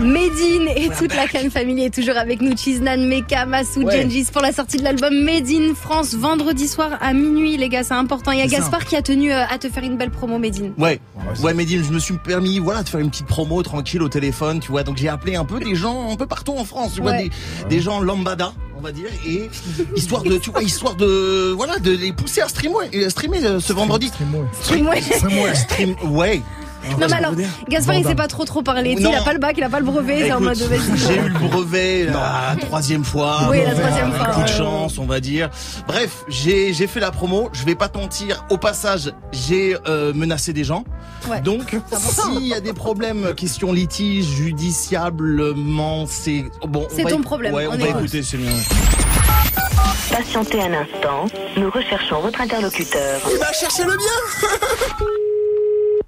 Medine et toute la Cannes Family est toujours avec nous. Chiznan, Meka, Massou, Ouais. Gengis pour la sortie de l'album Medine France vendredi soir à minuit, les gars, c'est important. Il y a C'est ça. Gaspard qui a tenu euh, à te faire une belle promo Medine. Ouais, Ouais, ouais, Medine, je me suis permis, voilà, de faire une petite promo tranquille au téléphone, tu vois. Donc j'ai appelé un peu des gens un peu partout en France, tu vois, Ouais. des, des gens lambada, on va dire, et histoire de, tu vois, histoire de, voilà, de les pousser à streamer, euh, streamer euh, ce vendredi. C'est moi. Streamway. C'est moi. Stream, ouais. Non mais alors, Gaspard il Vandame. sait pas trop trop parler. Il Non. a pas le bac, il a pas le brevet, il est en mode Écoute, vas-y. J'ai eu le brevet la troisième fois. Oui, la troisième Avec fois, Coup de ouais. chance, on va dire. Bref, j'ai j'ai fait la promo. Je vais pas te mentir. Au passage, j'ai euh, menacé des gens. Ouais. Donc, s'il y a des problèmes, question litige, judiciablement, c'est bon. on C'est va ton éc- problème, Ouais, on, on va écoute. écouter, c'est bien. Patientez un instant, nous recherchons votre interlocuteur. Il va chercher le bien.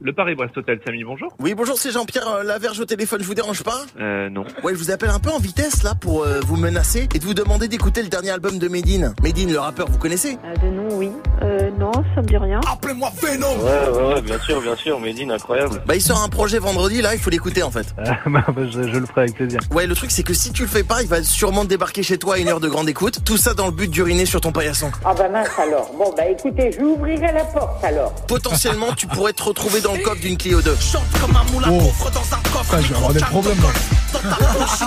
Le Paris-Brest Hôtel, Samy, bonjour. Oui, bonjour, c'est Jean-Pierre euh, Laverge au téléphone. Je vous dérange pas Euh, non. Ouais, je vous appelle un peu en vitesse là pour euh, vous menacer et de vous demander d'écouter le dernier album de Medine. Medine, le rappeur, vous connaissez Euh, de nom, oui. Euh, non, ça me dit rien. Appelez-moi Venom. Ouais, ouais, ouais, bien sûr, bien sûr, Médine, incroyable. Bah, il sort un projet vendredi, là, il faut l'écouter en fait. Euh, bah, je, le ferai avec plaisir. Ouais, le truc, c'est que si tu le fais pas, il va sûrement débarquer chez toi à une heure de grande écoute. Tout ça dans le but d'uriner sur ton paillasson. Ah bah mince alors. Bon bah écoutez, je ouvrirai la porte alors. Potentiellement, tu pourrais te retrouver dans le coffre d'une Clio 2. Oh. Putain, je vais avoir des problèmes là. Ah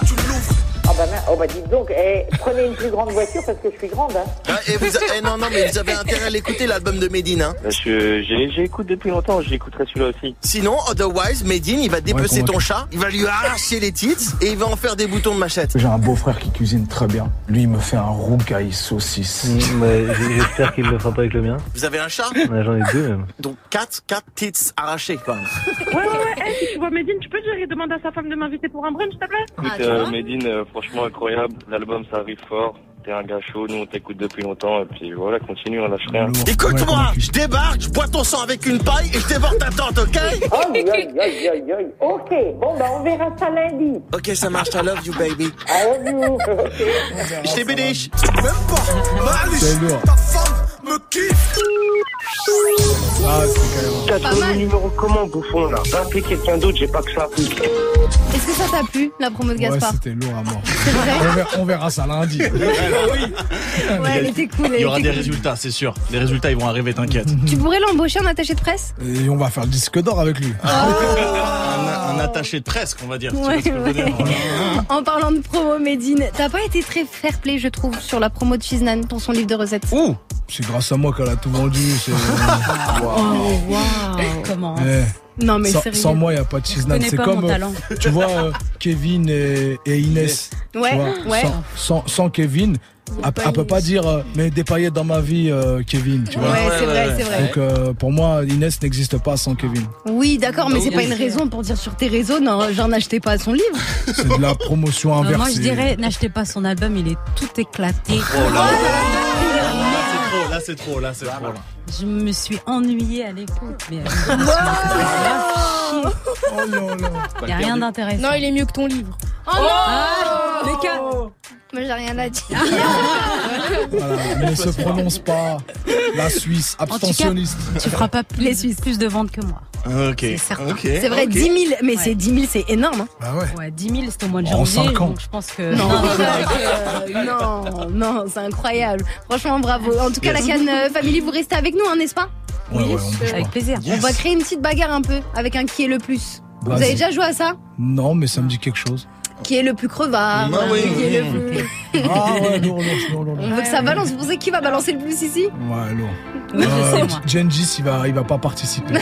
bah mince. Oh bah dites donc, eh, prenez une plus grande voiture parce que je suis grande. Hein. Ah, et vous a- eh, non, non, mais vous avez intérêt à l'écouter, l'album de Medine. Hein. J'écoute depuis longtemps, j'écouterai celui-là aussi. Sinon, otherwise, Medine, il va dépecer convaincu. ton chat, il va lui arracher les titres et il va en faire des boutons de machette. J'ai un beau-frère qui cuisine très bien. Lui, il me fait un rougail saucisse. Mm, J'espère qu'il ne le fera pas avec le mien. Vous avez un chat Ouais, J'en ai deux même. Donc 4, 4 titres arrachés, quand même. Ouais, ouais, ouais. Eh, si tu vois Medine, tu peux dire, demander à sa femme de m'inviter pour un brunch, s'il te plaît Ah, Écoute, tu euh, vois Médine, euh, franchement incroyable. L'album, ça arrive fort. T'es un gars chaud, nous on t'écoute depuis longtemps. Et puis voilà, continue, on lâche rien. Lourd. Ouais, Écoute-moi, convaincu. je débarque, je bois ton sang avec une paille et je dévore ta tante, ok Aïe, aïe, aïe, aïe, aïe. Ok, bon bah on verra ça lundi. Ok, ça marche, I love you, baby. I love you. Je t'ai béniche. C'est lourd. Ah, c'est quand même. T'as trouvé mal. le numéro comment, bouffon là Rappelez quelqu'un d'autre, j'ai pas que ça. Est-ce que ça t'a plu la promo de Ouais, Gaspard c'était lourd à mort. C'est vrai On verra, on verra ça lundi. Eh, Ouais, elle était cool. elle ah Il y aura était des cool. résultats, c'est sûr. Les résultats, ils vont arriver, t'inquiète. Tu pourrais l'embaucher en attaché de presse Et on va faire le disque d'or avec lui. Un, un attaché de presse, on va dire. Ouais, tu vois ce que je veux dire. En parlant de promo, Medine, t'as pas été très fair play, je trouve, sur la promo de Chiznan pour son livre de recettes. Ouh C'est grâce à moi qu'elle a tout vendu. c'est- euh, Oh, waouh Comment Eh, Non, mais sans, sérieux. sans moi, il n'y a pas de cheese Je nan. connais C'est pas comme, mon euh, talent. tu vois, euh, Kevin et, et Inès. tu ouais, vois, ouais. Sans, sans- sans Kevin, elle pas elle peut Inès. pas dire euh, mais des paillettes dans ma vie, euh, Kevin. Tu Ouais, vois. c'est vrai, c'est vrai. Donc euh, pour moi, Inès n'existe pas sans Kevin. Oui, d'accord, mais Oui, c'est bien pas une sûr. raison pour dire sur tes réseaux, non, j'en achetais pas son livre. C'est de la promotion Euh, inversée. Moi, je dirais, n'achetez pas son album, il est tout éclaté. Oh Là, c'est trop, là, c'est trop, là, c'est trop. là. Je me suis ennuyée à l'écoute. Mais euh, Oh là là. il n'y a rien d'intéressant. il est mieux que ton livre. Oh non Ah, les gars, Moi, j'ai rien à dire. Voilà, ne se prononce pas. La Suisse, cas- abstentionniste. tu feras pas plus, Les Suisses. plus de ventes que moi. Ok. C'est certain. ok, Eh, C'est vrai, ok. 10 000, mais Ouais. c'est 10 000, c'est énorme. hein. Bah ouais. Ouais, 10 000, c'était au mois de En janvier. cinq ans. Donc, je pense que. Non, Non, non, euh, non, non, c'est incroyable. Franchement, bravo. En tout cas, Yes. la Cannes euh, Family, vous restez avec nous, hein, n'est-ce pas Ouais, ouais, on bouge avec pas. plaisir. On va créer une petite bagarre un peu avec un qui est le plus. Vous avez Vas-y. déjà joué à ça Non, mais ça me dit quelque chose. Qui est le plus crevard Ah oui. Qui est le plus... Ah ouais, lourd, lourd, lourd, lourd. On veut que ça balance. Vous pensez qui va balancer le plus ici Ouais, lourd. Euh, Oui, je sais, moi. Gengis, il va, il va pas participer.